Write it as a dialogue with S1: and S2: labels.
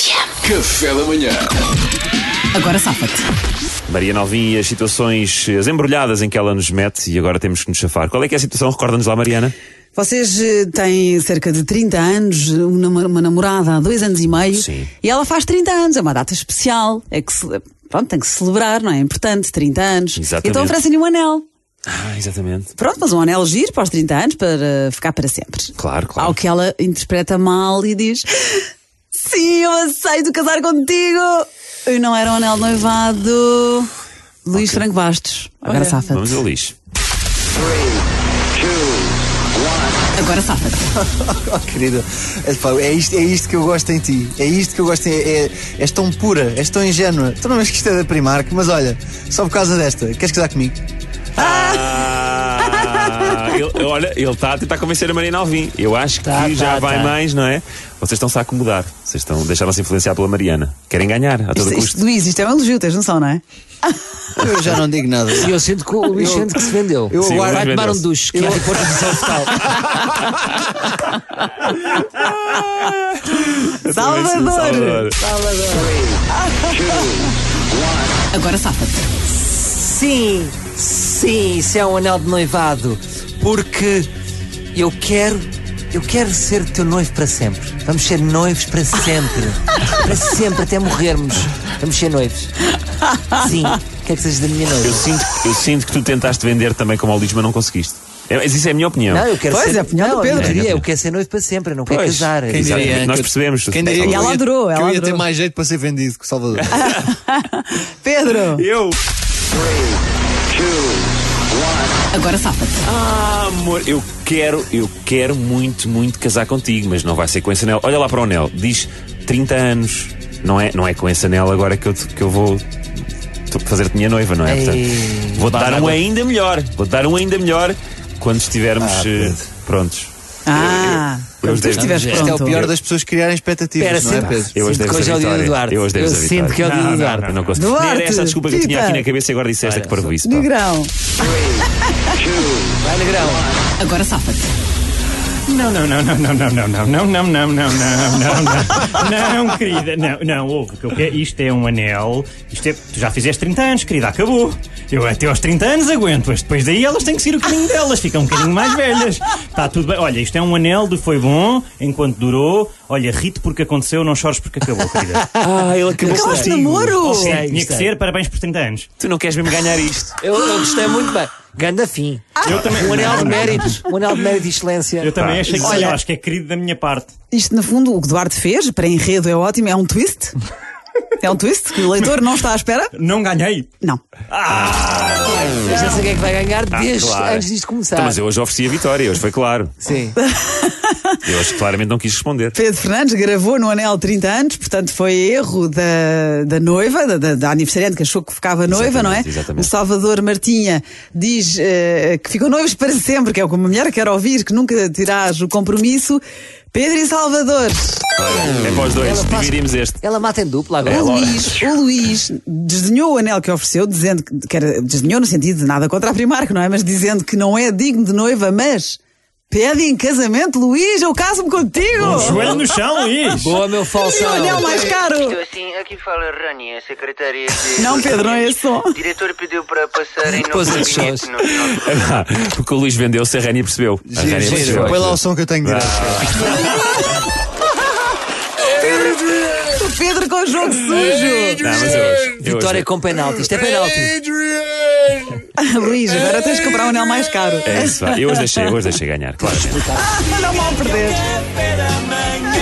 S1: Café da manhã.
S2: Agora safa-te.
S3: Maria Alvim e as situações, as embrulhadas em que ela nos mete e agora temos que nos chafar. Qual é que é a situação? Recorda-nos lá, Mariana.
S2: Vocês eh, têm cerca de 30 anos, uma, namo- uma namorada há dois anos e meio,
S3: Sim.
S2: e ela faz 30 anos, é uma data especial, é que se- pronto, tem que se celebrar, não é? É Importante, 30 anos.
S3: Exatamente.
S2: Então oferecem-lhe um anel.
S3: Ah, exatamente.
S2: Pronto, mas um anel giro para os 30 anos, para ficar para sempre.
S3: Claro, claro.
S2: Ao que ela interpreta mal e diz: Sim, eu aceito casar contigo! E não era um anel noivado. Luís Franco Bastos. Agora safa-te.
S3: Vamos ao lixo.
S2: Agora safa-te.
S4: Oh, querida, epá, é isto, é isto que eu gosto em ti. É isto que eu gosto em. É, és tão pura, és tão ingênua. Tu não vês que isto é da Primark, mas olha, só por causa desta, queres casar comigo?
S3: Ah, ele- olha, ele está a tentar convencer a Mariana Alvim. Eu acho que já vai mais, não é? Vocês estão-se a acomodar. Vocês estão, deixaram-se influenciar pela Mariana. Querem ganhar a todo
S2: Isto,
S3: custo.
S2: isto, Luís, isto é um elogio, tens noção, não é?
S4: Eu já não digo nada.
S5: E eu sinto que o Luís sente que se vendeu.
S4: eu aguardo-
S5: Vai tomar um
S3: vendeu-se.
S5: duche, que é tipo outra visão total.
S2: Salvador! Agora safa-te.
S5: Sim, sim, isso é um anel de noivado. Porque eu quero. Eu quero ser teu noivo para sempre. Vamos ser noivos para sempre. para sempre, até morrermos. Vamos ser noivos. Sim, quero que sejas da minha
S3: Eu
S5: noiva.
S3: sinto, eu sinto que tu tentaste vender também como ao lixo, mas não conseguiste. É, mas isso é a minha opinião.
S5: Não, eu quero
S2: Pois,
S5: ser.
S2: é a opinião do
S5: não,
S2: Pedro.
S5: eu diria, eu quero ser noivo para sempre, eu não quero
S3: Pois,
S5: casar.
S3: quem diria? Exatamente, nós percebemos.
S4: Quem diria
S3: E
S4: que eu
S2: ela
S4: ia-
S2: adorou,
S4: que
S2: ela
S4: eu ia ter
S2: adorou.
S4: mais jeito para ser vendido com o Salvador.
S5: Ah,
S2: Pedro!
S3: Eu?
S2: Agora safa-te.
S3: Ah, amor, eu quero, eu quero muito, muito casar contigo, mas não vai ser com esse anel. Olha lá para o anel, diz 30 anos. Não é, não é com esse anel agora que eu, te- que eu vou t- fazer-te minha noiva, não é?
S5: Ei,
S3: vou dar um ainda melhor. Vou dar um ainda melhor quando estivermos eh, prontos.
S2: Ah,
S3: eu- eu-
S2: quando tu estiveres
S5: eu-
S4: Isto é o
S2: pronto.
S4: pior das pessoas criarem expectativas,
S5: então Espera,
S4: não é,
S5: sempre-
S4: Pedro?
S3: Eu hoje
S5: Sinto
S3: devo
S5: que
S3: ser
S5: hoje é o dia do
S3: vitória.
S5: Duarte.
S3: Eu hoje devo
S5: Eu
S3: ser
S5: sinto
S3: vitória.
S5: que é o dia do
S3: Não, não,
S5: Duarte.
S3: não, não consigo.
S2: Duarte,
S3: Nem era essa a desculpa que eu tinha aqui
S2: Pita.
S3: na cabeça e agora disse esta que para isso.
S2: Negrão.
S5: Vai, Negrão.
S2: Agora safa-te.
S6: Não, não, não, não, não, não, não, não, não, não, não, não, não, não, não, querida, não, não, ouve, o que eu quero, isto é um anel, isto é, tu já fizeste 30 anos, querida, acabou. Eu até aos 30 anos aguento, mas depois daí elas têm que seguir o caminho delas, ficam um bocadinho mais velhas. Está tudo bem, olha, isto é um anel de foi bom, enquanto durou, olha, rite porque aconteceu, não chores porque acabou, querida.
S3: Ah, ele acabou
S2: Acabaste de namoro!
S5: Sim.
S6: Tinha que
S5: gostei.
S6: ser, parabéns por 30 anos.
S3: Tu não queres mesmo ganhar isto.
S5: Eu, eu gostei muito bem. Ganda fim.
S6: Eu também,
S5: Um anel de mérito. Um anel de mérito e excelência.
S6: eu também achei que,
S2: Olha.
S6: eu acho que é querido da minha parte.
S2: Isto, no fundo, o que Duarte fez para enredo é ótimo, é um twist. É um twist que o leitor não está à espera?
S6: Não ganhei.
S2: Não.
S5: Mas não sei quem é que vai ganhar desde
S3: Tá claro.
S5: antes disto começar.
S3: Então, mas eu hoje ofereci a vitória, hoje foi claro.
S5: Sim.
S3: Eu hoje claramente não quis responder.
S2: Pedro Fernandes gravou no Anel 30 anos, portanto foi erro da, da noiva, da, da- da aniversariante que achou que ficava noiva, não é?
S3: Exatamente, exatamente.
S2: O Salvador Martinha diz eh, que ficou noivos para sempre, que é o que uma mulher quer ouvir, que nunca tirás o compromisso. Pedro e Salvador.
S3: É para os dois,
S5: passa-
S3: dividimos este.
S5: Ela mata em dupla agora.
S2: O
S3: Ela-
S2: Luís, o Luís desdenhou o anel que ofereceu, dizendo que, que era, desdenhou no sentido de nada contra a Primark, não é? Mas dizendo que não é digno de noiva, mas pede em casamento, Luís, eu caso-me contigo!
S5: Oh.
S6: Joelho no chão, Luís.
S5: Boa, meu
S2: E o
S5: falsão.
S2: anel mais caro!
S7: Estou assim, aqui fala Rani, a secretária de...
S2: Não, Pedro, não é esse som.
S7: O diretor pediu para passarem no
S5: Pois é,
S7: gabinete.
S5: sós.
S7: No, no...
S3: Porque o Luís vendeu-se, a Rénia percebeu. A
S4: Giro,
S3: Rénia
S4: giro.
S3: percebeu.
S4: Põe lá o som que eu tenho direito.
S3: Ah.
S2: O Pedro com o jogo sujo!
S3: Não, mas eu hoje- eu hoje-
S5: Vitória com penalti. Isto é penalti.
S2: Luís, agora tens de comprar um anel mais caro.
S3: É isso, vá. Eu hoje deixei, eu hoje deixei ganhar, claramente.
S2: Não vão perder.
S6: Café da manhã.